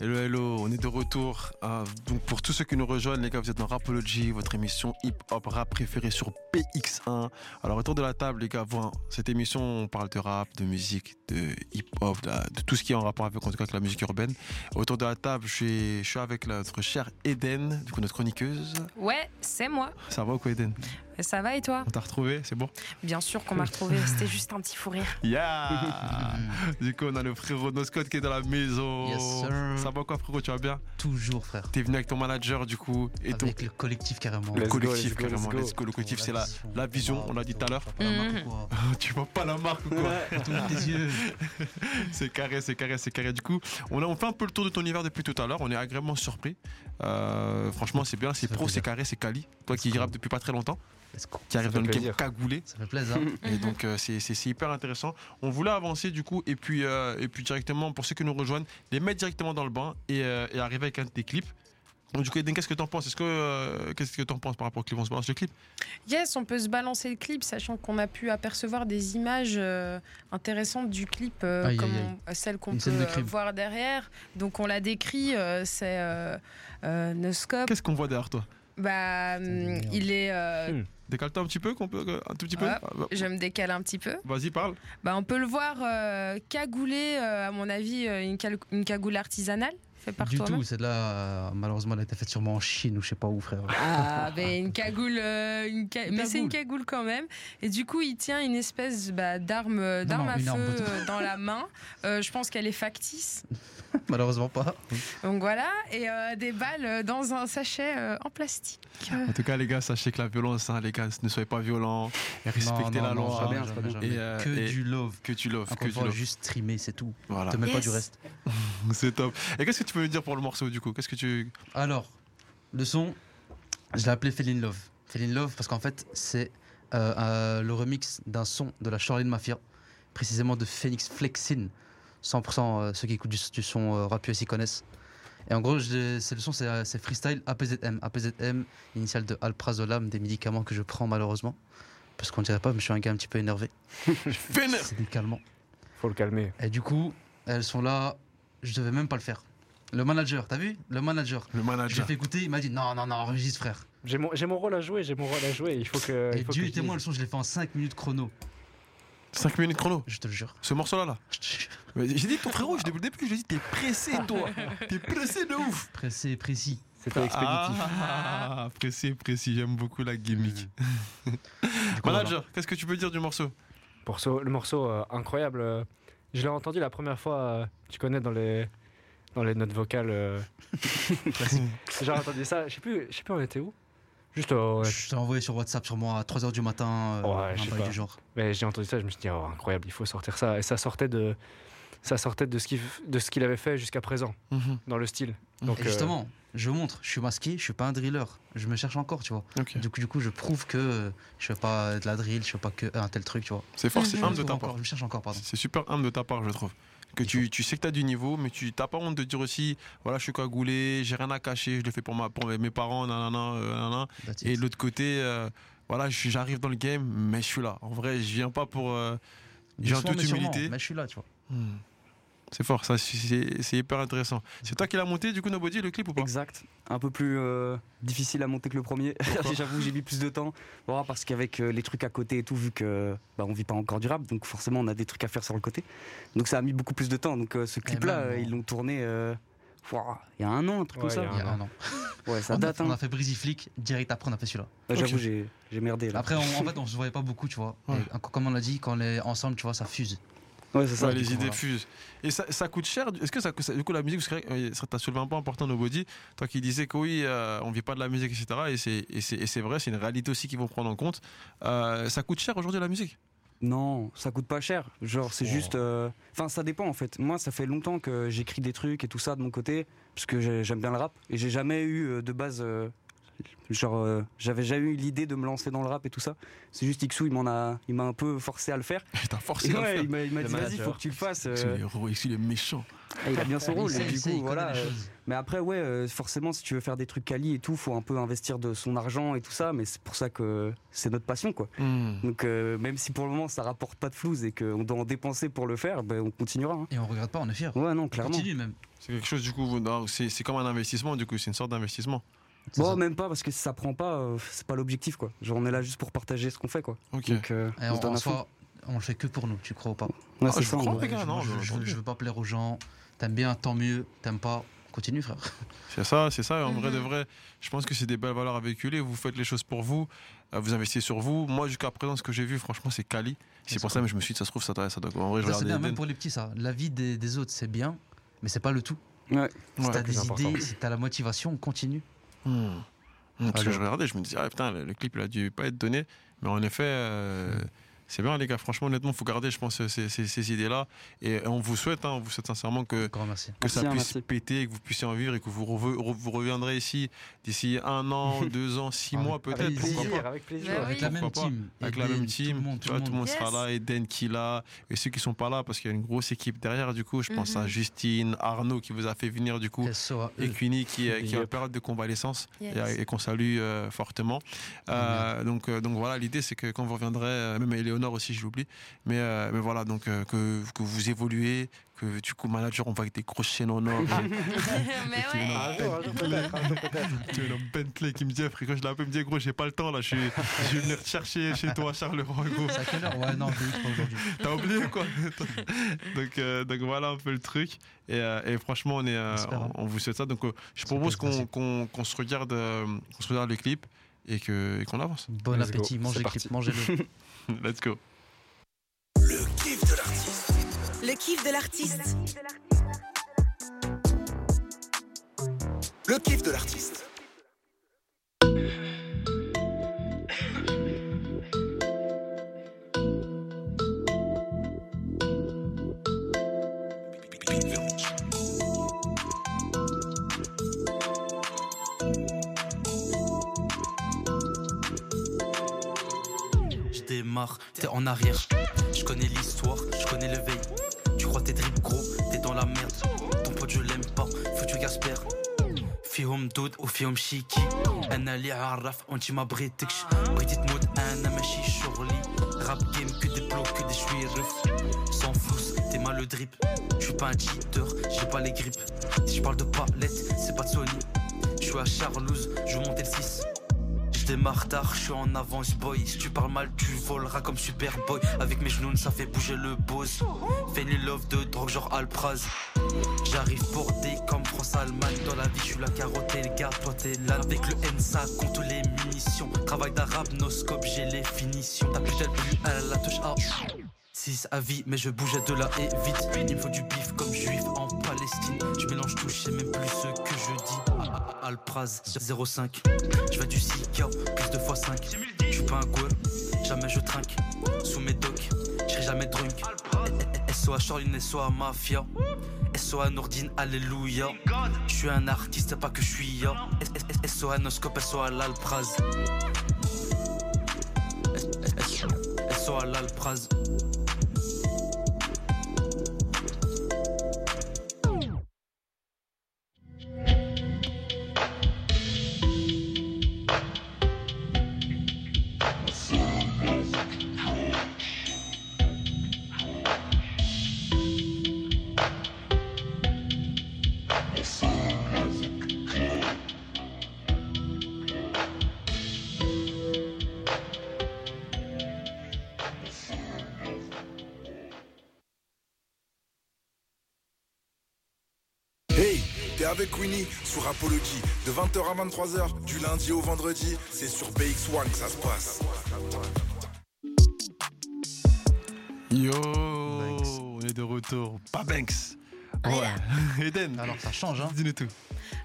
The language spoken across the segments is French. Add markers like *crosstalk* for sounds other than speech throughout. Hello, hello, on est de retour. Euh, donc pour tous ceux qui nous rejoignent, les gars, vous êtes dans Rapology, votre émission hip-hop rap préférée sur PX1. Alors autour de la table, les gars, voilà, cette émission, on parle de rap, de musique, de hip-hop, de, la- de tout ce qui est en rapport avec, en tout cas, avec la musique urbaine. Autour de la table, je suis, je suis avec la- notre chère Eden, du coup notre chroniqueuse. Ouais, c'est moi. Ça va ou quoi, Eden Ça va et toi On t'a retrouvé, c'est bon Bien sûr qu'on m'a *laughs* retrouvé, c'était juste un petit fou rire. Yeah *laughs* Du coup, on a le frérot Noscott qui est dans la maison. Yes, sir. Ça va quoi, frérot Tu vas bien Toujours, frère. T'es venu avec ton manager, du coup, et ton Avec le collectif carrément. Le Let's go, collectif, let's go, carrément. let's go. Let's go. Le collectif, c'est la, la vision, on l'a dit tout à l'heure. Mhm. *laughs* tu vois pas la marque ou quoi *laughs* tes yeux. C'est carré, c'est carré, c'est carré. Du coup, on, a, on fait un peu le tour de ton univers depuis tout à l'heure. On est agréablement surpris. Euh, franchement, c'est bien, c'est Ça fait pro, c'est plaisir. carré, c'est quali. Toi qui Let's go. rappe depuis pas très longtemps, Let's go. qui arrive fait dans le game plaisir. cagoulé. Ça fait plaisir. hein. Mhm. Et donc euh, c'est c'est- c'est hyper intéressant. On voulait avancer du coup et puis euh, et puis directement pour ceux qui nous rejoignent les mettre directement dans le bain et, euh, et arriver avec un de tes clips. Donc du coup Eden qu'est-ce que t'en penses Est-ce que euh, qu'est-ce que t'en penses par rapport au clip On se balance le clip *laughs* Yes, on peut se balancer le clip, sachant qu'on a pu apercevoir des images euh, intéressantes du clip, euh, Aïe, comme aïe, aïe. on- euh, celle qu'on Une peut scène de euh, crime. voir derrière. Donc on l'a décrit, euh, c'est euh, euh, Noscope. Qu'est-ce qu'on voit derrière toi Bah, hum, merde. il est. euh, Hmm. Décale-toi un petit peu qu'on peut euh, un tout petit peu. Ouais. Ah, bah, Je me décale un petit peu. Vas-y parle. Bah, on peut le voir euh, cagoulé, euh, à mon avis, euh, une, cal- une cagoule artisanale, fait par du toi-même. tout, celle-là, euh, malheureusement, elle a été faite sûrement en Chine ou je sais pas où, frère. Ah, ben une cagoule, euh, une ca- Une mais c'est une cagoule cagoule. quand même. Et du coup, il tient une espèce bah, d'arme, euh, Non, d'arme non, à une feu arme. euh, dans la main. Euh, je pense qu'elle est factice. *laughs* Malheureusement pas. Donc voilà, et euh, des balles euh, dans un sachet euh, en plastique. Euh, En tout cas les gars sachez que la violence hein, les gars ne soyez pas violents et respectez Non, la non, non, loi jamais, hein. jamais, jamais. Et, euh, que et- du love. que tu l'offres que Encore une tu fois, l'offres. juste streamer, c'est tout. Voilà Te mets pas Yes. du reste. *laughs* c'est top. Et qu'est-ce que tu peux me dire pour le morceau du coup Qu'est-ce que tu Alors, le son, je l'ai appelé Fell in Love. Fell in Love parce qu'en fait, c'est euh, euh, le remix d'un son de la Charline Mafia, précisément de Phoenix Flexin. 100% euh, ceux qui écoutent du, du son euh, rap US y connaissent. Et en gros, je- c'est le son, c'est euh, c'est freestyle APZM. APZM, initial de Alprazolam, des médicaments que je prends malheureusement. Parce qu'on dirait pas, mais je suis un gars un petit peu énervé. Vénère C'est des calmants. Faut le calmer. Et du coup, elles sont là, je devais même pas le faire. Le manager, t'as vu Le manager. le J'ai manager fait écouter, il m'a dit non, non, non, enregistre frère. J'ai mon, j'ai mon rôle à jouer, j'ai mon rôle à jouer. Il faut que. Et il faut Dieu que est je témoin, le dise. son, je l'ai fait en 5 minutes chrono. 5 minutes chrono. Je te le jure. Ce morceau là là. Je te jure. Mais J'ai dit ton frérot, je- depuis le début, j'ai dit t'es pressé *laughs* toi, t'es pressé de ouf. Pressé et précis. C'était expéditif. Ah, pressé, précis, j'aime beaucoup la gimmick. Euh, Du coup, voilà. Manager, qu'est-ce que tu peux dire du morceau Morceau- le morceau euh, incroyable. euh, je l'ai entendu la première fois, euh, tu connais, dans les, dans les notes vocales. euh, *laughs* J'ai entendu ça. Je sais plus, je sais plus, on était où Juste, euh, ouais. Je t'ai envoyé sur WhatsApp sur moi à 3h du matin. euh, Ouais, un je sais bail pas. du genre. Mais j'ai entendu ça, je me suis dit, oh, incroyable, il faut sortir ça. Et ça sortait de, ça sortait de ce qu'il f- de ce qu'il avait fait jusqu'à présent, Mhm. dans le style. Donc, et euh, justement, je montre, je suis masqué, je suis pas un driller. Je me cherche encore, tu vois. Ok. Du coup, du coup je prouve que euh, je fais pas de la drill, je fais pas que un tel truc, tu vois. C'est fort, c'est Je Mhm. me humble de trouve ta part. encore, je me cherche encore, pardon. C'est super humble de ta part, je trouve. Que tu, tu sais que t'as du niveau, mais tu t'as pas honte de dire aussi, voilà, je suis cagoulé, j'ai rien à cacher, je le fais pour, ma, pour mes- mes parents, nanana, euh, nanana. That's Et it. de l'autre côté, euh, voilà, je suis- j'arrive dans le game, mais je suis là. En vrai, je viens pas pour. euh, j'ai en Doucement, toute mais sûrement, humilité. Mais je suis là, tu vois. hmm. C'est fort, ça, c'est- c'est c'est hyper intéressant. C'est toi qui l'as monté, du coup, Nobody, le clip ou pas Exact. Un peu plus euh, difficile à monter que le premier. *laughs* J'avoue, j'ai mis plus de temps. Voilà, parce qu'avec euh, les trucs à côté et tout, vu que bah, on vit pas encore du rap, donc forcément on a des trucs à faire sur le côté. Donc ça a mis beaucoup plus de temps. Donc euh, ce clip-là, même, euh, bon. ils l'ont tourné. euh, ouah, il y a un an, un truc Ah, Ouais, comme il y ben, Il y ça. a un an. Ouais, ça on, date. a, on hein. a fait Breezy Flick, direct après on a fait celui-là. Bah, J'avoue, Ok. j'ai- j'ai merdé là. Après, on- en fait, on se voyait pas beaucoup, tu vois. Ouais. Et comme on l'a dit, quand on est ensemble, tu vois, ça fuse. Ouais, c'est ça. Ouais, les idées voilà. fusent. Et ça, ça coûte cher. Est-ce que ça, ça- du coup la musique, parce que, euh, ça t'a soulevé un point important Nobody, toi qui disais que oui, euh, on vit pas de la musique, etc. Et c'est et c'est et c'est vrai, c'est une réalité aussi qu'ils vont prendre en compte. Euh, ça coûte cher aujourd'hui la musique. Non, ça coûte pas cher. Genre, c'est Oh. juste. euh, Enfin, ça dépend en fait. Moi, ça fait longtemps que j'écris des trucs et tout ça de mon côté, parce que j'ai- j'aime bien le rap. Et j'ai jamais eu euh, de base euh, Genre, euh, j'avais jamais eu l'idée de me lancer dans le rap et tout ça. C'est juste Xou, il m'en a, il m'a un peu forcé à le faire. Putain, Et forcé à le ouais, faire. il m'a il m'a Le dit, vas-y, manager. faut que tu le fasses. Parce euh, qu'il est héros, ici, il est méchant. et il a bien son rôle. Il sait, et il du sait, coup, il connaît voilà. les euh, choses. Mais après, ouais, euh, forcément, si tu veux faire des trucs quali et tout, faut un peu investir de son argent et tout ça. Mais c'est pour ça que c'est notre passion, quoi. Hmm. Donc, euh, même si pour le moment, ça rapporte pas de flouze et qu'on doit en dépenser pour le faire, ben, on continuera. hein. Et on regrette pas, on est fiers. Ouais, non, On clairement. continue même. C'est quelque chose, du coup, vous- non, c'est c'est comme un investissement, du coup, c'est une sorte d'investissement. C'est Bon, ça. même pas, parce que si ça prend pas, euh, c'est pas l'objectif, quoi. Genre, on est là juste pour partager ce qu'on fait, quoi. Ok. Donc, euh, Eh, Et on en, se donne en à fond. soi, Eh, on le fait que pour nous, tu crois ou pas Ouais, Ah, c'est je ça, en crois. vrai. les gars, je, non, je- bien je- entendu. je veux pas plaire aux gens. T'aimes bien, tant mieux. T'aimes pas, continue, frère. C'est ça, c'est ça. En vrai de Mhm. vrai, je pense que c'est des belles valeurs à véhiculer. Vous faites les choses pour vous, euh, vous investissez sur vous. Moi, jusqu'à présent, ce que j'ai vu, franchement, c'est Cali. C'est c'est pour ça que je me suis dit, ça se trouve, ça doit. Ça doit en Bah, vrai, je Ça, c'est regarde bien, Eden. même pour les petits, ça. La vie des, des autres, c'est bien, mais c'est pas le tout. Ouais. Si Ouais. t'as le plus des important. idées, si t'as la motivation, continue. Hmm. Hmm, Parce Ah, que le- je regardais, je me disais, ah putain, le, le clip, il a dû pas être donné. Mais en effet, euh, c'est bien, les gars. Franchement, honnêtement, faut garder, je pense, ces, ces- ces idées-là. Et on vous souhaite, hein, on vous souhaite sincèrement que. Grand merci. que ça Merci, hein, puisse merci. péter, que vous puissiez en vivre et que vous, reve- re- vous reviendrez ici d'ici un *laughs* an, deux ans, six Avec mois peut-être. plaisir. pourquoi pas. plaisir, avec plaisir. Bah Ah Avec oui. la même Pourquoi pas team. Avec la Eden, même team, Tout le monde, tout tu vois, le tout le monde. monde sera Yes. là, Eden qui est là, et ceux qui sont pas là, parce qu'il y a une grosse équipe derrière, du coup, je pense à Mhm. Justine, Arnaud qui vous a fait venir, du coup, SOA. *laughs* et Queenie qui, est- qui est en Yep. période de convalescence, Yes. *laughs* et, et qu'on salue euh, fortement. Euh, donc, euh, donc voilà, l'idée c'est que quand vous reviendrez, euh, même Eleonore aussi, je l'oublie, mais, euh, mais voilà, donc euh, que, que vous évoluez, que du coup, manager, on va avec des grosses chaînes en or. et- Effectivement. Mais ouais. Un jour, un jour peut-être, un jour peut-être. Tu es le Bentley qui me dit, frérot, je l'appelle, il me dit, gros, j'ai pas le temps là, je, suis, je vais venir te chercher chez toi, Charleroi, gros. C'est à quelle heure Ouais, non, on fait pas aujourd'hui. T'as oublié quoi *laughs* donc, euh, donc voilà un peu le truc. Et, euh, et franchement, on, est, euh, J'espère, hein. on, on vous souhaite ça. Donc euh, je propose un plaisir, qu'on qu'on- qu'on se, regarde, euh, qu'on se regarde le clip et que- et qu'on avance. *laughs* Bon Let's appétit, go. mangez C'est le parti. clip, mangez-le. Let's go. Le kiff de l'artiste. Le kiff de l'artiste. Je démarre, t'es en arrière. Je connais l'histoire, je connais le veille. Tu crois tes drip gros, t'es dans la merde. Ton pote, je l'aime pas, faut tu Gasper. فيهم دود وفيهم شيكي انا اللي عرف وانت ما بغيتكش بغيتي تموت انا ماشي شغلي راب جيم كو دي بلوك كو دي شويرف سون فلوس t'es mal le drip je suis pas un cheater j'ai pas les grippes si je parle de palette c'est pas de Sony je suis à Charlouse je veux monter le 6 je démarre tard, je suis en avance boy Si tu parles mal tu voleras comme Superboy Avec mes genoux ça fait bouger le boss Fais les love de drogue genre Alpraz J'arrive bordé comme France-Allemagne Dans la vie je suis la carotte et le gars toi t'es là Avec le N ça compte les munitions Travail d'arabe, no scope j'ai les finitions T'as plus plus à la touche A 6 à vie mais je bougeais de là et vite Il me faut du bif comme juif en Palestine Je mélange tout, je sais même plus ce que je dis A- A- Alpraz 05 je vais du 6K, plus de fois 5 Je suis pas un quoi, jamais je trinque Sous mes docs, je serai jamais drunk SOA Charline, SOA Mafia SOA Nourdine, Alléluia Je suis un artiste, c'est pas que je suis ya SOA Noscope, SOA L'Alpraz SOA L'Alpraz Hey, t'es avec Winnie sur Apology de 20h à 23h du lundi au vendredi. C'est sur BX1 que ça se passe. Yo Banks. On est de retour. Pas Banks Ouais. *laughs* Eden Alors, ça change, hein. Dis-nous tout.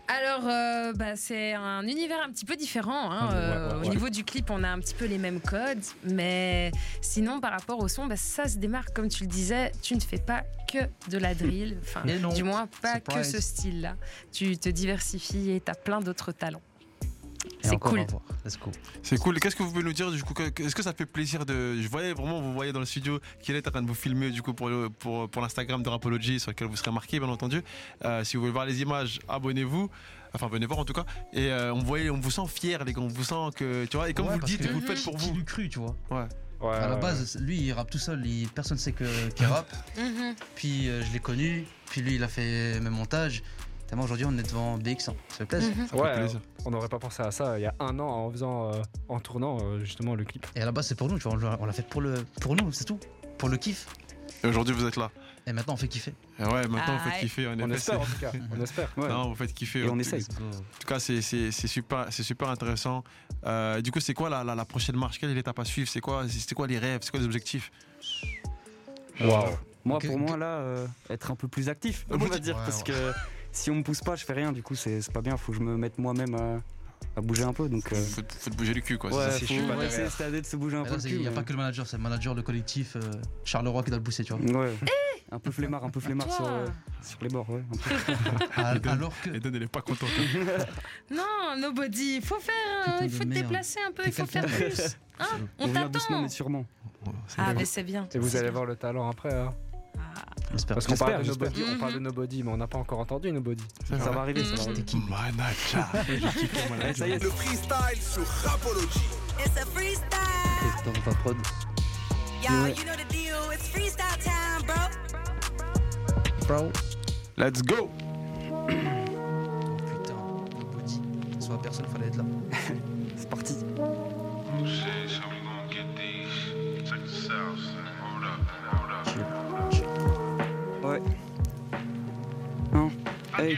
Alors, euh, bah, c'est un univers un petit peu différent. hein, Ouais, euh, ouais, ouais. Au niveau du clip, on a un petit peu les mêmes codes. Mais sinon, par rapport au son, bah, ça se démarque. Comme tu le disais, tu ne fais pas que de la drill. Enfin, Ah. Et non. du moins, pas Surprise. que ce style-là. Tu te diversifies et tu as plein d'autres talents. Et C'est encore cool. au revoir. Let's go. C'est cool. Qu'est-ce que vous pouvez nous dire du coup que- Est-ce que ça fait plaisir de Je voyais vraiment, vous voyez dans le studio qu'il est en train de vous filmer du coup pour le- pour, pour l'Instagram de Rapology sur lequel vous serez marqué bien entendu. Euh, si vous voulez voir les images, abonnez-vous. Enfin, venez voir en tout cas. Et euh, on voyait, on vous sent fier les gars. On vous sent que tu vois. Et comme Ouais, vous le parce dites, que- vous le faites pour Qui *laughs* vous. l'eût cru, tu vois. Ouais, À la ouais. base, lui, il rappe tout seul. il- Personne sait que- qu'il rappe. Mhm. Mm-hmm. Puis euh, je l'ai connu. Puis lui, il a fait mes montages. Tellement aujourd'hui, on est devant BX1. Ça fait plaisir. Mhm. Mm-hmm. Ça fait Ouais, plaisir. on n'aurait pas pensé à ça il y a un an en faisant, euh, en tournant euh, justement le clip. Et à la base, c'est pour nous, tu vois. on l'a- On l'a fait pour, le, pour nous, c'est tout. Pour le kiff. Et aujourd'hui, vous êtes là. Et maintenant, on fait kiffer. Et ouais, maintenant vous Ah, faites ouais. kiffer. En On effet, espère c'est- en tout cas, *laughs* on espère. Ouais. non, vous faites kiffer. Et En on tout- essaye. Let's go. En tout cas, c'est c'est- c'est super, c'est super intéressant. Euh, du coup, c'est quoi la, la- la prochaine marche Quelle est l'étape à suivre C'est quoi, c'est c'est quoi les rêves C'est quoi les objectifs Waouh. Moi, Ok, pour ok. moi, là, euh, être un peu plus actif, on Ah, moi, va tu- dire, Ouais, parce ouais. que si on me pousse pas, je fais rien, du coup, c'est c'est pas bien, faut que je me mette moi-même à, à bouger un peu. Donc, euh, faut, faut te bouger le cul, quoi. c'est ouais, ça. faut- je suis pas ouais, derrière. c'est c'est à dire de se bouger un Mais peu là, le c'est- Il cul. n'y a mais- pas que le manager, c'est le manager, le collectif, euh, Charleroi qui doit le pousser, tu vois. Ouais. Un peu flemmard, un peu flemmard sur, euh, Toi. sur les bords, ouais. un peu. Ah, Et donne- Alors que. Eden, elle est pas contente. hein. *laughs* Non, nobody, il faut faire, euh, Putain il de faut te merde. déplacer un peu, T'es il faut faire quelqu'un. plus. Hein On vient doucement, t'attend. mais sûrement. Ah, mais c'est bien. Et vous C'est allez bien. voir le talent après. hein. Ah. J'espère. Parce qu'on parle, de J'espère, nobody, on j'espère. parle de nobody, mais on n'a pas encore entendu nobody. C'est Ça vrai. va arriver, ça va Mhm. arriver. Manager. Ouais, ça y est, Le freestyle sur Rapology. It's a freestyle. Dans ta prod. Y'all, you know the deal. It's freestyle time, bro. Bro. Let's go Oh putain, le body. Soit personne, fallait être là. c'est parti. Ouais. Hein Hey.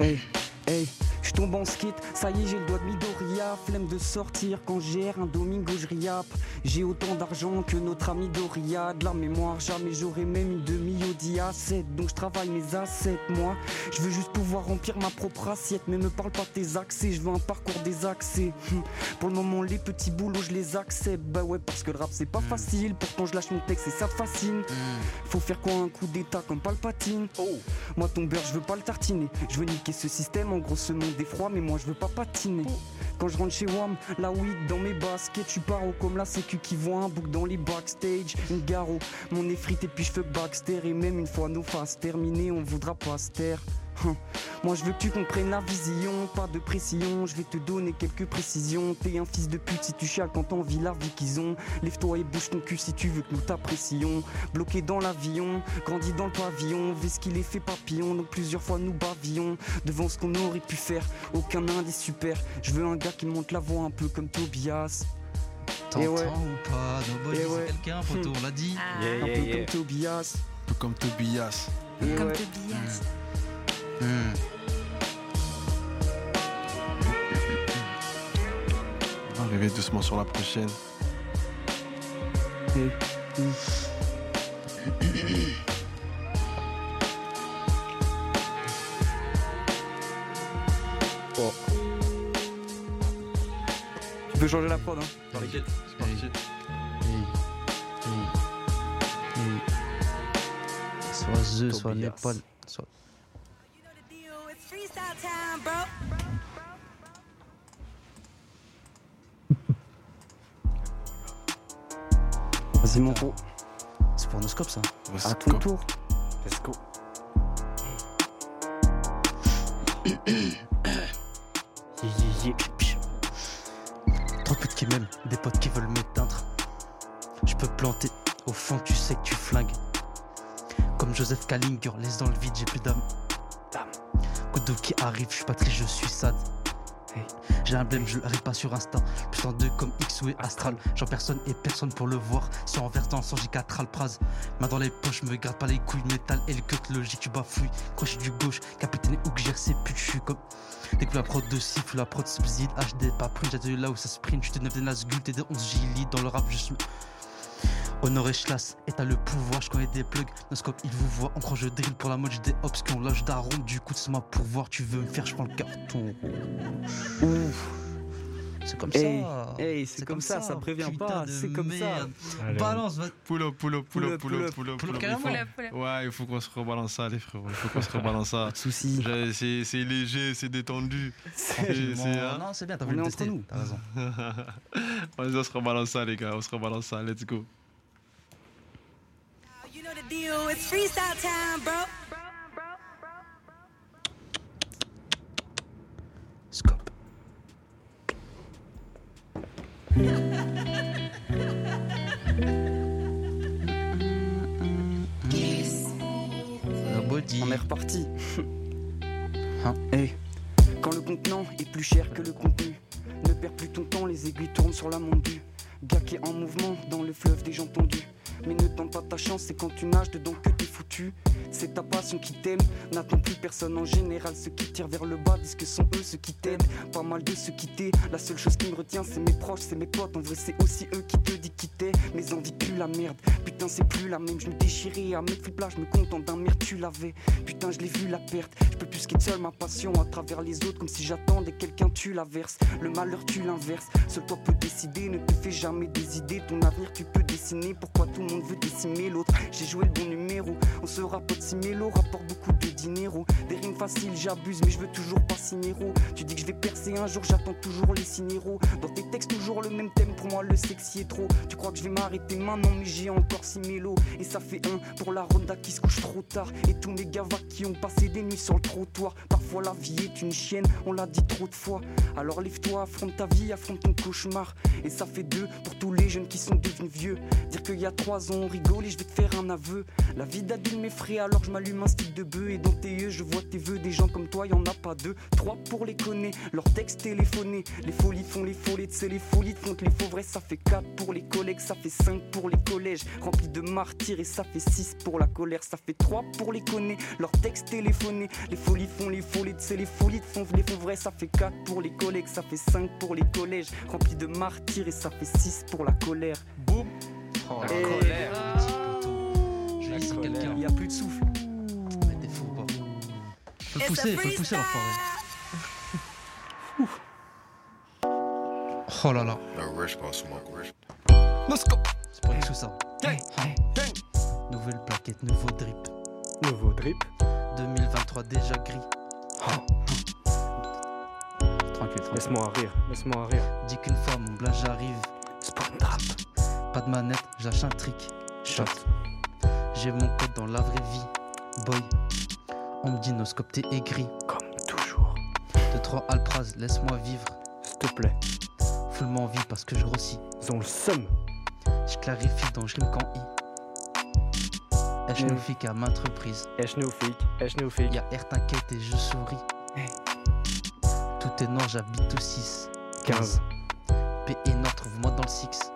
Hey, hey, je tombe en skate, ça y est, j'ai le doigt de Midoriya. Flemme de sortir quand j'ai un domingo, je riappe. J'ai autant d'argent que notre ami Doria. De la mémoire, jamais j'aurais même une demi-audi A7. Donc je travaille mes assets, moi. Je veux juste pouvoir remplir ma propre assiette. Mais me parle pas de tes accès, je veux un parcours des accès. Hum, Pour le moment, les petits boulots, je les accepte. Bah ouais, parce que le rap, c'est pas facile. Pourtant, je lâche mon texte et ça te fascine. Faut faire quoi un coup d'état comme Palpatine Moi ton beurre je veux pas le tartiner Je veux niquer ce système en gros ce monde est froid Mais moi je veux pas patiner Quand je rentre chez WAM la weed dans mes baskets Je suis paro comme la sécu qui voit un bouc dans les backstage Une garo mon effrite et puis je fais Baxter Et même une fois nos faces terminées on voudra pas se taire Hein. moi je veux que tu comprennes la vision, pas de pression, je vais te donner quelques précisions. T'es un fils de pute si tu chiales quand t'envies la vie qu'ils ont. Lève-toi et bouge ton cul si tu veux que nous t'apprécions. Bloqué dans l'avion, grandi dans le pavillon, vu ce qu'il est fait papillon, donc plusieurs fois nous bavillons devant ce qu'on aurait pu faire. Aucun indice super. Je veux un gars qui monte la voix un peu comme Tobias, T'entends Et ouais. ou pas Nobody, Et c'est ouais. quelqu'un, photo, on l'a dit. Ah, un peu comme Tobias. Un peu comme Tobias. Et comme ouais. Tobias. Hmm. Arrivez doucement sur la prochaine. Tu peux changer la prod, hein. C'est parti. Soit The, soit Tobias. Népal. Soit... You know the deal. It's freestyle time, bro. Vas-y mon gros, C'est pour Noscope ça. à Let's ton go. tour. Let's go. Trop de potes qui m'aiment, des potes qui veulent m'éteindre. Je peux planter, au fond tu sais que tu flingues. Comme Joseph Kalinger, laisse dans le vide, j'ai plus d'âme. Dame. Coup de dos qui arrive, je suis pas triste, je suis sad. Hey. J'ai un blème, je le ride pas sur Insta. Putain deux comme X ou Astral. J'en personne et personne pour le voir. Si en verse dans le sang, j'ai quatre alpras. Main dans les poches, me gratte pas les couilles, métal et le cut logique, tu bafouilles. Crochet du gauche, capitaine ou que gère ses putes, je suis comme Dès que la prod de siffle, la prod subside, HD, pas prune, j'attends là où ça sprint, je te 9 des Nazgûl, t'es des 11 Gili, dans le rap, je suis. Honoré Schlass, et t'as le pouvoir, je connais des plugs, Noscope, il vous voit, encore je drill pour la mode, j'ai des hops qui ont l'âge d'aron, du coup c'est ma pourvoir, tu veux me faire, je prends le carton. Ouf, c'est comme *coughs* Hey. ça. ça. Hey, c'est comme ça, ça prévient putain pas, de c'est comme ça. merde. Balance, va. Pull up, pull up, pull up, pull up, pull up, Pull up pull up. carrément. Oula, oula. Ouais, il faut qu'on se rebalance ça, les frérots. Il faut qu'on se rebalance ça. Pas de soucis. J'ai- C'est c'est léger, c'est détendu. C'est- c'est, Tranquillement. hein. Non, Ah, c'est bien, t'as On voulu est le entre tester. nous. T'as raison. Vas-y, on se rebalance ça, les gars. On se rebalance ça. Let's go. You know the deal, it's freestyle time, bro. Scope. Le body. On est reparti. Hein Hey. Quand le contenant est plus cher que le contenu, ne perds plus ton temps, les aiguilles tournent sur la mondue. Gars qui est en mouvement dans le fleuve des gens tendus. Mais ne tente pas ta chance, c'est quand tu nages dedans que t'es foutu. C'est ta passion qui t'aime, n'attends plus personne en général. Ceux qui tirent vers le bas disent que sont eux ceux qui t'aident. Pas mal de ceux qui t'aident, la seule chose qui me retient c'est mes proches, c'est mes potes. En vrai, c'est aussi eux qui te disent quitter. Mes envies puent la merde, putain, c'est plus la même. Je me déchirais à mes flip là, je me contente d'un merde, tu l'avais. Putain, je l'ai vu la perte. Je peux plus skitter seul ma passion à travers les autres, comme si j'attendais quelqu'un, tu la verses. Le malheur, tu l'inverses. Seul toi peux décider, ne te fais jamais des idées. Ton avenir, tu peux dessiner. Pourquoi tout le monde veut décimer l'autre J'ai joué le bon numéro. On se rapporte si mélo, rapporte beaucoup de dinero. Des rimes faciles, j'abuse, mais je veux toujours pas signero. Tu dis que je vais percer un jour, j'attends toujours les signero. Dans tes textes, toujours le même thème, pour moi le sexy est trop. Tu crois que je vais m'arrêter maintenant, mais j'ai encore si mélo. Et ça fait un pour la ronda qui se couche trop tard. Et tous mes gavas qui ont passé des nuits sur le trottoir. Parfois la vie est une chienne, on l'a dit trop de fois. Alors lève-toi, affronte ta vie, affronte ton cauchemar. Et ça fait deux pour tous les jeunes qui sont devenus vieux. Dire qu'il y a trois ans on rigole et je vais te faire un aveu. La vie d'adulte m'effraie alors je m'allume un stick de bœuf. Et dans tes yeux je vois tes vœux, des gens comme toi, y en a pas deux. Trois pour les connaître, leurs textes téléphonés. Les folies font les folies, c'est les folies font les faux vrais. Ça fait quatre pour les collègues, ça fait cinq pour les collèges. Remplis de martyrs et ça fait six pour la colère. Ça fait trois pour les connaître, leurs textes téléphonés. Les folies font les folies, c'est les folies font les faux vrais. Ça fait quatre pour les collègues, ça fait cinq pour les collèges. Remplis de martyrs et ça fait six pour la colère. Boum. Oh, Et- Je vais laisser quelqu'un. Il n'y a plus de souffle. Mais t'es fou ou pas Faut le It's pousser, a faut le pousser l'enfoiré. freestyle. Oh là là. Let's go. C'est pour tout ça. Nouvelle plaquette, nouveau drip. Nouveau drip. 2023 déjà gris. Tranquille, tranquille. Laisse-moi en rire. Laisse-moi en rire. Dis qu'une fois mon blague j'arrive. Spawn drap. Pas de manette, je lâche un trick. Shot. J'ai mon code dans la vraie vie. Boy. On me dit noscope t'es aigri. Comme toujours. 2-3 Alpraz, laisse-moi vivre. S'il te plaît. Full m'envie parce que je grossis. Ils ont le seum. Je clarifie dans je rime quand i. H Mm. nous à maintes reprises. Echnofik. Echnofik. Y'a R t'inquiète et je souris. Tout est noir, j'habite au 6. 15. P et Nord, trouve-moi dans le 6.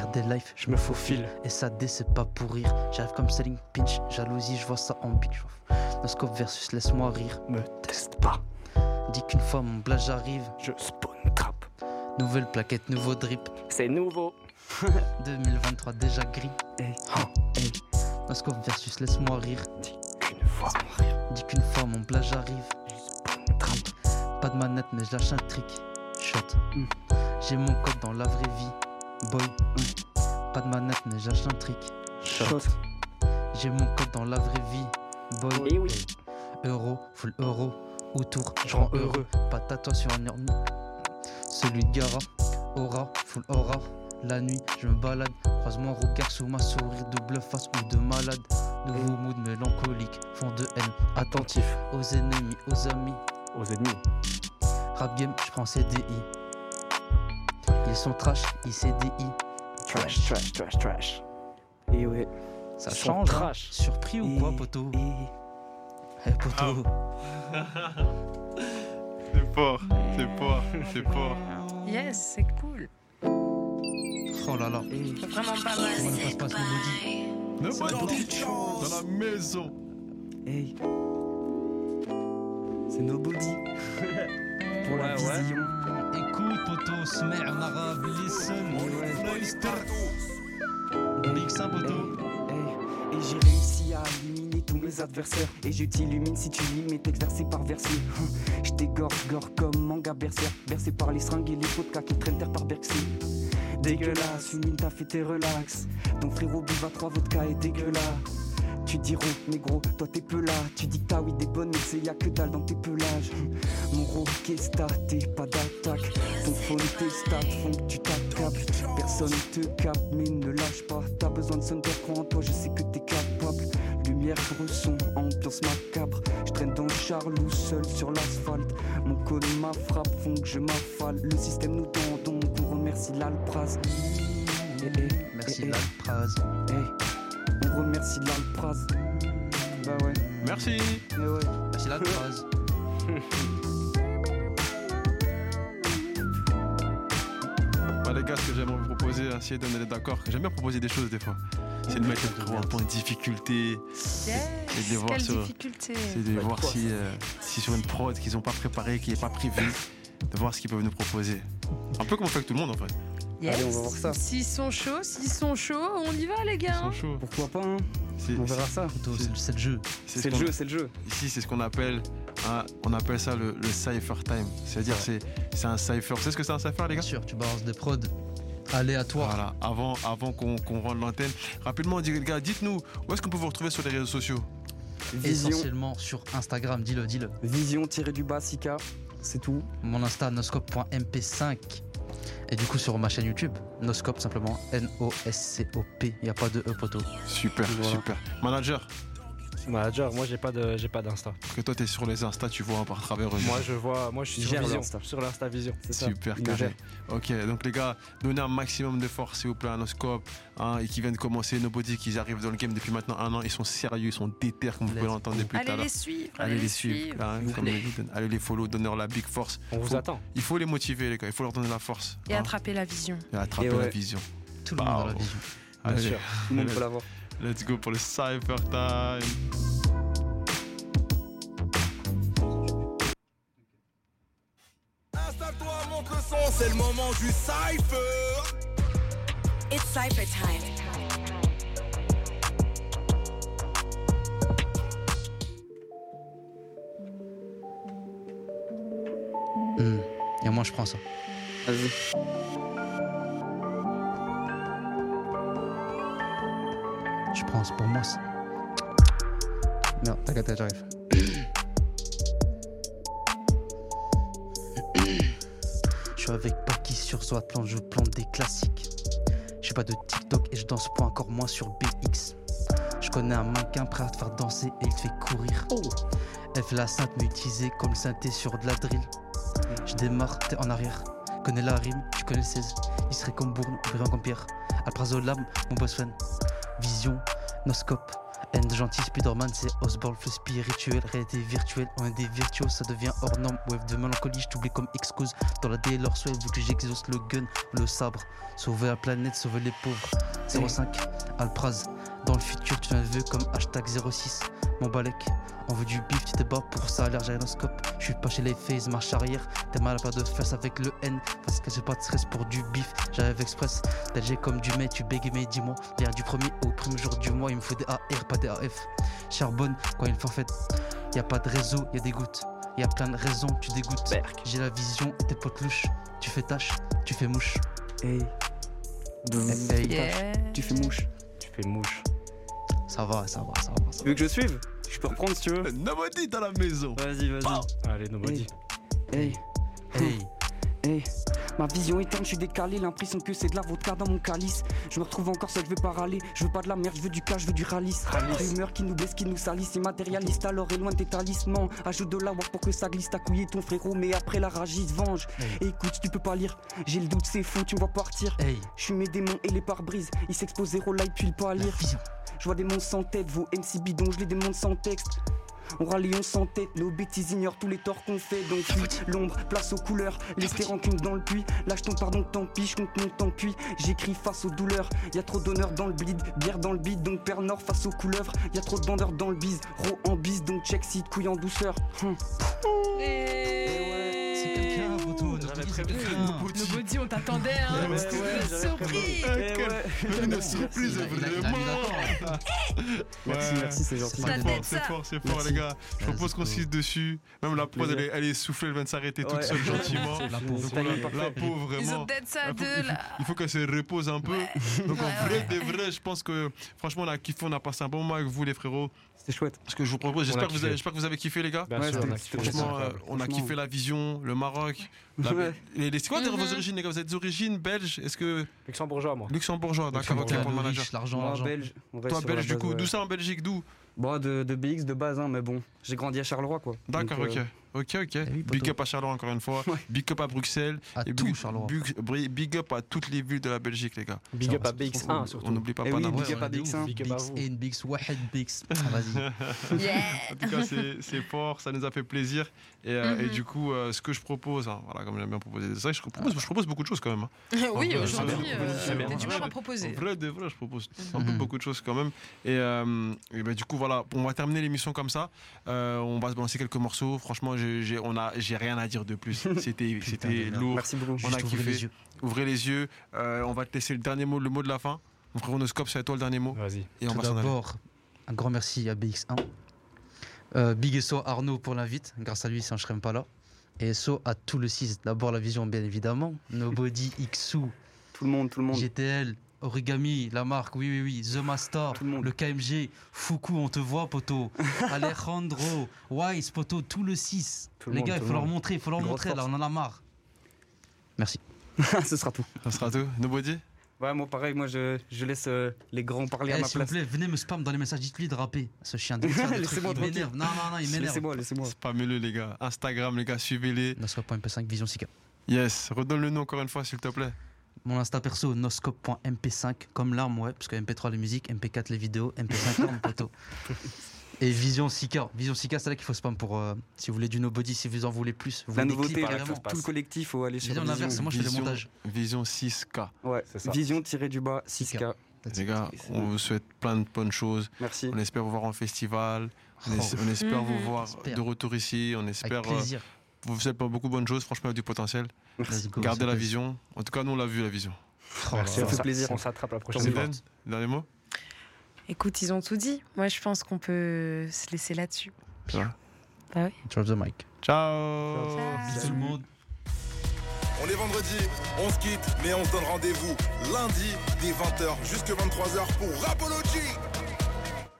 RD Life, Je me faufile. SAD, c'est pas pour rire. J'arrive comme Selling Pinch, jalousie, je vois ça en bitch. Noscope versus laisse-moi rire. Me teste pas. Dis qu'une fois mon blage arrive. Je spawn trap. Nouvelle plaquette, nouveau drip. C'est nouveau. 2023 déjà gris. Eh, Hey. Noscope versus laisse-moi rire. Qu'une fois. Dis qu'une fois mon plage arrive. Pas de manette, mais je lâche un trick. Shot. Hmm. Mm. J'ai mon code dans la vraie vie. Boy. hmm. Pas de manette, mais je lâche un trick. Shot. J'ai mon code dans la vraie vie. Boy. Eh oui. Euro, full euro. Autour, je rends heureux. Pas toi sur un orni. Celui de Gara. Aura, full aura. La nuit, je me balade. Croise-moi en regard sous ma sourire. Double face ou de malade. Nouveau mood mélancolique. Fond de haine. Attentif Eh. Attentif aux ennemis, aux amis. aux ennemis. Rap game, je prends CDI. Ils sont trash, ils CDI. Trash, trash, trash, trash. Et ouais. Eh Ça Ils sont change. hein. trash. Surpris ou quoi, poteau Eh, poteau. Ah. C'est fort. C'est fort. C'est fort. Yes, c'est cool. Oh là là. Vraiment pas mal. On passe, passe, le body. Nobody dans la maison. Hey. *laughs* C'est nobody. Pour la vision. Écoute, poteau, smer en arabe, Oh, listen, cloister. Big ça, poteau. Hey. Et j'ai réussi à éliminer tous tous mes adversaires Et je t'illumine si tu lis mes textes versés par versé Hein, *laughs* Je t'égorge, gore comme manga berserk Bercé par les seringues et les vodkas qui traînent terre par Bercy Dégueulasse, une ta fait et relax Ton frérot buve à trois vodka et dégueulasse tu dis rond, négro, toi t'es peu là. Tu dis que t'as oui des bonnes, mais c'est y'a que dalle dans tes pelages. Hum, Mon rock, qu'est-ce que t'as T'es pas d'attaque. Ton fond, tes stats font que tu t'accapes. Personne te capte, mais ne lâche pas. T'as besoin de Sunder, crois en toi, je sais que t'es capable. Lumière, son ambiance macabre. Je traîne dans le char, loup seul sur l'asphalte. Mon code, ma frappe font que je m'affale. Le système nous tend, donc on remercie l'Alpras. Hum, Eh, eh, Merci, eh, eh, Lalpraz. eh. On remercie l'Alpras. Bah ouais, Merci. eh ouais. Merci, Lalpraz. Bah, les gars, ce que j'aimerais vous proposer, hein, essayer d'en aller d'accord. J'aime bien proposer des choses des fois. C'est de mettre le frérot un point de difficulté. Yes, de les voir Quelle sur- difficulté. C'est de voir si, euh, si sur une prod qu'ils n'ont pas préparée, qui n'est pas prévue, de voir ce qu'ils peuvent nous proposer. Un peu comme on fait avec tout le monde en fait. Allez, on va voir ça. S'ils sont chauds, s'ils sont chauds, on y va les Ils gars. sont chauds. Pourquoi pas, hein C'est- On verra ça. Plutôt, c'est c'est le jeu. c'est ce C'est le qu'on- jeu, c'est le jeu. Ici, c'est ce qu'on appelle, un- on appelle ça le, le cipher time. C'est-à-dire, c'est c'est un cipher. Vous savez ce que c'est un cipher, les Bien gars sûr, tu balances des prods aléatoires. Voilà, avant, avant qu'on qu'on rende l'antenne, rapidement, dis- les gars, dites-nous, où est-ce qu'on peut vous retrouver sur les réseaux sociaux Ah, Vision, Essentiellement sur Instagram, dis-le, dis-le. vision tiré du bas, Sika. C'est tout. Mon Insta, noscope.mp5. Et du coup, sur ma chaîne YouTube, Noscope, simplement N-O-S-C-O-P. Il n'y a pas de E, poteau. Super, Voilà. super. Manager, Manager, Bah, moi j'ai pas de, j'ai pas d'insta. parce que toi, t'es sur les Insta, tu vois, par travers eux. Moi je vois, moi je suis sur Gère Vision, l'Insta. sur l'insta Vision. C'est ça. Super Il me carré. gère. Ok, donc les gars, donnez un maximum de force, s'il vous plaît, à nos scopes, hein, et qui viennent de commencer, Nobody, qui arrivent dans le game depuis maintenant un an, ils sont sérieux, ils sont déter, comme vous Let's pouvez l'entendre depuis tout à Allez l'heure. les suivre. Allez les suivre, hein, Vous comme voulez. le dit, allez les follow, donnez-leur la big force. On vous Faut- attend. Il faut les motiver, les gars, il faut leur donner la force. Et hein, attraper la vision. et attraper Et ouais. la vision. Tout le monde a la Wow. vision. Allez, sûr. Tout le monde peut l'avoir. let's go pour le Cypher Time. Installe-toi, monte le son, c'est le moment du cypher. It's cipher time. Hmm. Et moi, je prends ça. Vas-y. Je prends, c'est pour moi. ça. Non, t'inquiète, j'arrive. Je suis avec Paki sur Zoatlan, je plante des classiques. J'ai pas de TikTok et je danse pas encore moins sur BX. Je connais un mannequin prêt à te faire danser et il te fait courir. Elle fait la sainte mais utilisée comme synthé sur de la drill. Je démarre, t'es en arrière. Connais la rime, tu connais le 16. Il serait comme Bourne, brillant comme Pierre. Alprazolam, mon boss fan. Vision, Noscope. N de gentil, Spider-Man, c'est Osborne, le spirituel, réalité virtuelle, on est des virtuos, ça devient hors norme, wave de mélancolie, je t'oublie comme excuse, dans la délore soit vu que j'exauce le gun, le sabre, sauver la planète, sauver les pauvres, 05, Alpraz, dans le futur tu as un vœu comme hashtag 06, mon balek, on veut du bif, tu te bats pour ça, l'air j'ai un scope, je suis pas chez les faces, marche arrière, t'es mal à pas de fesses avec le N, parce que j'ai pas de stress pour du bif, j'arrive express, T'as comme du mai, tu bégayes mais dis-moi L'air du premier au premier jour du mois Il me faut des AR, pas des AF Charbonne quand il fait fête Y a pas de réseau, y a des gouttes Y a plein de raisons, tu dégoûtes J'ai la vision et tes potes louches Tu fais tâche, tu fais mouche Hey. Mm. Eh, eh, Yeah. Tu fais mouche. Tu fais mouche. Ça va, ça va, ça va, ça Tu veux que je suive Je peux reprendre si tu veux. Nobody dans la maison. Vas-y, vas-y. Allez, nobody. Hey. va Hey, Hey, ma vision éteinte, je suis décalé, l'impression que c'est de la vodka dans mon calice. Je me retrouve encore seul, je veux pas râler, je veux pas de la merde, je veux du cash, je veux du ralice. Rumeurs qui nous blessent, qui nous salissent, c'est matérialiste, alors éloigne tes talismans. Ajoute de la work pour que ça glisse, ta couillé ton frérot, mais après la rage, il se venge. Écoute, tu peux pas lire, j'ai le doute, c'est faux, tu me vois partir. hey, Je suis mes démons et les pare-brises, ils s'exposent zéro light, puis le pas à la lire. vision Je vois des monstres sans tête, vos MC bidons, je les démonte sans texte. On râle et on s'entête, nos bêtises ignorent tous les torts qu'on fait. Donc fuis l'ombre, place aux couleurs, l'espérant tombe dans le puits. Lâche ton pardon, tant pis, je compte mon temps cuit. J'écris face aux douleurs, y a trop d'honneur dans le bleed, bière dans le bide, donc père nord face aux couleuvres. Y a trop de bandeurs dans le bise, ro en bise, donc check si couille en douceur. Hum. Et- C'est quelqu'un, poteau, ne J'avais très bien. Nos body, on t'attendait, hein, parce que ouais, vous êtes j'avais surpris. Eh Une surprise, Il a- il a- il a mis vraiment. d'accord. Merci, Ouais. merci, c'est C'est gentil. Ça fort, devait être c'est ça. fort, c'est fort, Merci. les gars. Je Ouais, propose c'est qu'on cool. se hisse dessus. Même la prod, elle plaisir. est, elle est soufflée, elle vient de s'arrêter toute Ouais. *laughs* seule gentiment. C'est pauvre. le La, timing parfait. la pauvre, Ils vraiment. ont peut-être ça Il à faut- deux, il faut- là. Il faut qu'elle se repose un peu. Donc, en Ouais, vrai, ouais. de vrai, je pense que, franchement, on a kiffé, on a passé un bon moment avec vous, les frérots. C'était chouette. Ce que je vous propose, j'espère que, vous kiffé. avez- j'espère que vous avez kiffé, les gars. Bien Ouais, sûr, c'était- on a c'était kiffé. franchement, Franchement, euh, on a Franchement. kiffé la vision, le Maroc. la- Ouais. Mm-hmm. les, les- c'est quoi Mhm. vos origines, les gars Vous êtes d'origine belge Est-ce que Luxembourgeois, moi. luxembourgeois D'accord, ok, Voilà, pour le le manager. riche, l'argent, Moi, l'argent. belge. on reste Toi, sur la belge, du base, coup, ouais. d'où ça en Belgique D'où Bon, de, de BX de base, hein, mais bon, j'ai grandi à Charleroi, quoi. D'accord, Donc, ok. euh, Ok, ok. oui, Big poteau. up à Charleroi encore une fois. Ouais. Big up à Bruxelles. À Et tout, big- Charleroi. big- bri- Big up à toutes les villes de la Belgique, les gars. Big up à On- BX1 On surtout. n'oublie pas Eh oui, Panama. big Ouais, up on à est des BX, ouf. hein. Big Big up à Bix, vous. N, Bix, Wahed, Bix. Ah, Vas-y. *laughs* Yeah. En *laughs* tout cas, c'est c'est fort, ça nous a fait plaisir. Et, euh, et Mm-hmm. Mhm. du coup, euh, ce que je propose, hein, voilà, comme j'aime bien proposer des je propose, je propose beaucoup de choses quand même. hein. oui, Ouais, aujourd'hui, ouais, euh, ouais, t'es ouais, du genre ouais. à proposer. En vrai, de vrai, je propose un peu Mhm. beaucoup de choses quand même. Et, euh, et ben, du coup, voilà, on va terminer l'émission comme ça. Euh, on va se balancer quelques morceaux. Franchement, j'ai j'ai- on a- j'ai rien à dire de *laughs* plus. C'était Putain, c'était de merde. lourd. Merci beaucoup. On a Juste ouvrez kiffé. les yeux. Ouvrez les yeux. Euh, on va te laisser le dernier mot, le mot de la fin. Mon frère Onoscope, c'est à toi le dernier mot. Vas-y. Et on Tout va s'en aller. d'abord, un grand merci à BX1. Euh, Big et So à Arnaud pour l'invite. Grâce à lui, si je ne serais même pas là. Et So à tout le 6. D'abord la vision, bien évidemment. Nobody, Xou, Tout le monde, tout le monde. GTL, Origami, la marque, oui, oui, oui. The Master, Tout le monde. le KMG, Foucault, on te voit, *laughs* poteau. Alejandro, Wise, poteau, tout le 6. Tout le Les monde, gars, tout il faut le leur monde. montrer, il faut leur Grosse montrer. Là, force. on en a marre. Merci. *laughs* Ce sera tout. Ça sera tout. Nobody Ouais, moi, pareil, moi, je, je laisse euh, les grands parler à Eh, ma S'il vous place. plaît, venez me spam dans les messages. Dites-lui de rapper, ce chien. de faire des trucs, *laughs* Laissez-moi il tranquille. m'énerve. Non, non, non, il m'énerve. Laissez-moi, laissez-moi. Spammez-le, les gars. Instagram, les gars, suivez-les. Noscope.mp5 Vision Sika. Yes. Redonne le nom encore une fois, s'il te plaît. Mon Insta perso, noscope.mp5, comme l'arme, ouais, parce que MP3 les musiques, MP4 les vidéos, MP5 l'arme, *laughs* poteau. Et Vision Sika. Vision Sika, c'est là qu'il faut spam pour. euh, si vous voulez du nobody, si vous en voulez plus, vous La voulez des nouveauté, clips, là, carrément. tout tout le collectif, faut aller J'ai chez dit en Vision. inverse, moi je fais des Vision- montages. Vision 6K. Ouais, C'est ça. Vision tiré du bas, 6K. Les gars, on vous souhaite plein de bonnes choses. Merci. On espère vous voir en festival. On, es- Oh, on espère Mhm. *laughs* vous voir J'espère. de retour ici. On espère. avec plaisir. euh, vous faites pas beaucoup de bonnes choses. Franchement, il y a du potentiel. Let's go, Gardez c'est la plaisir. vision. En tout cas, nous, on l'a vu, la vision. Oh là Merci, là. Ça fait on s'a- plaisir. On s'attrape la prochaine fois. Zidane, dernier mot Écoute, ils ont tout dit. Moi, je pense qu'on peut se laisser là-dessus. Drop the mic. Ciao. Bisous tout le monde. On est vendredi, on se quitte, mais on se donne rendez-vous lundi dès 20h jusqu'à 23h pour Rapology.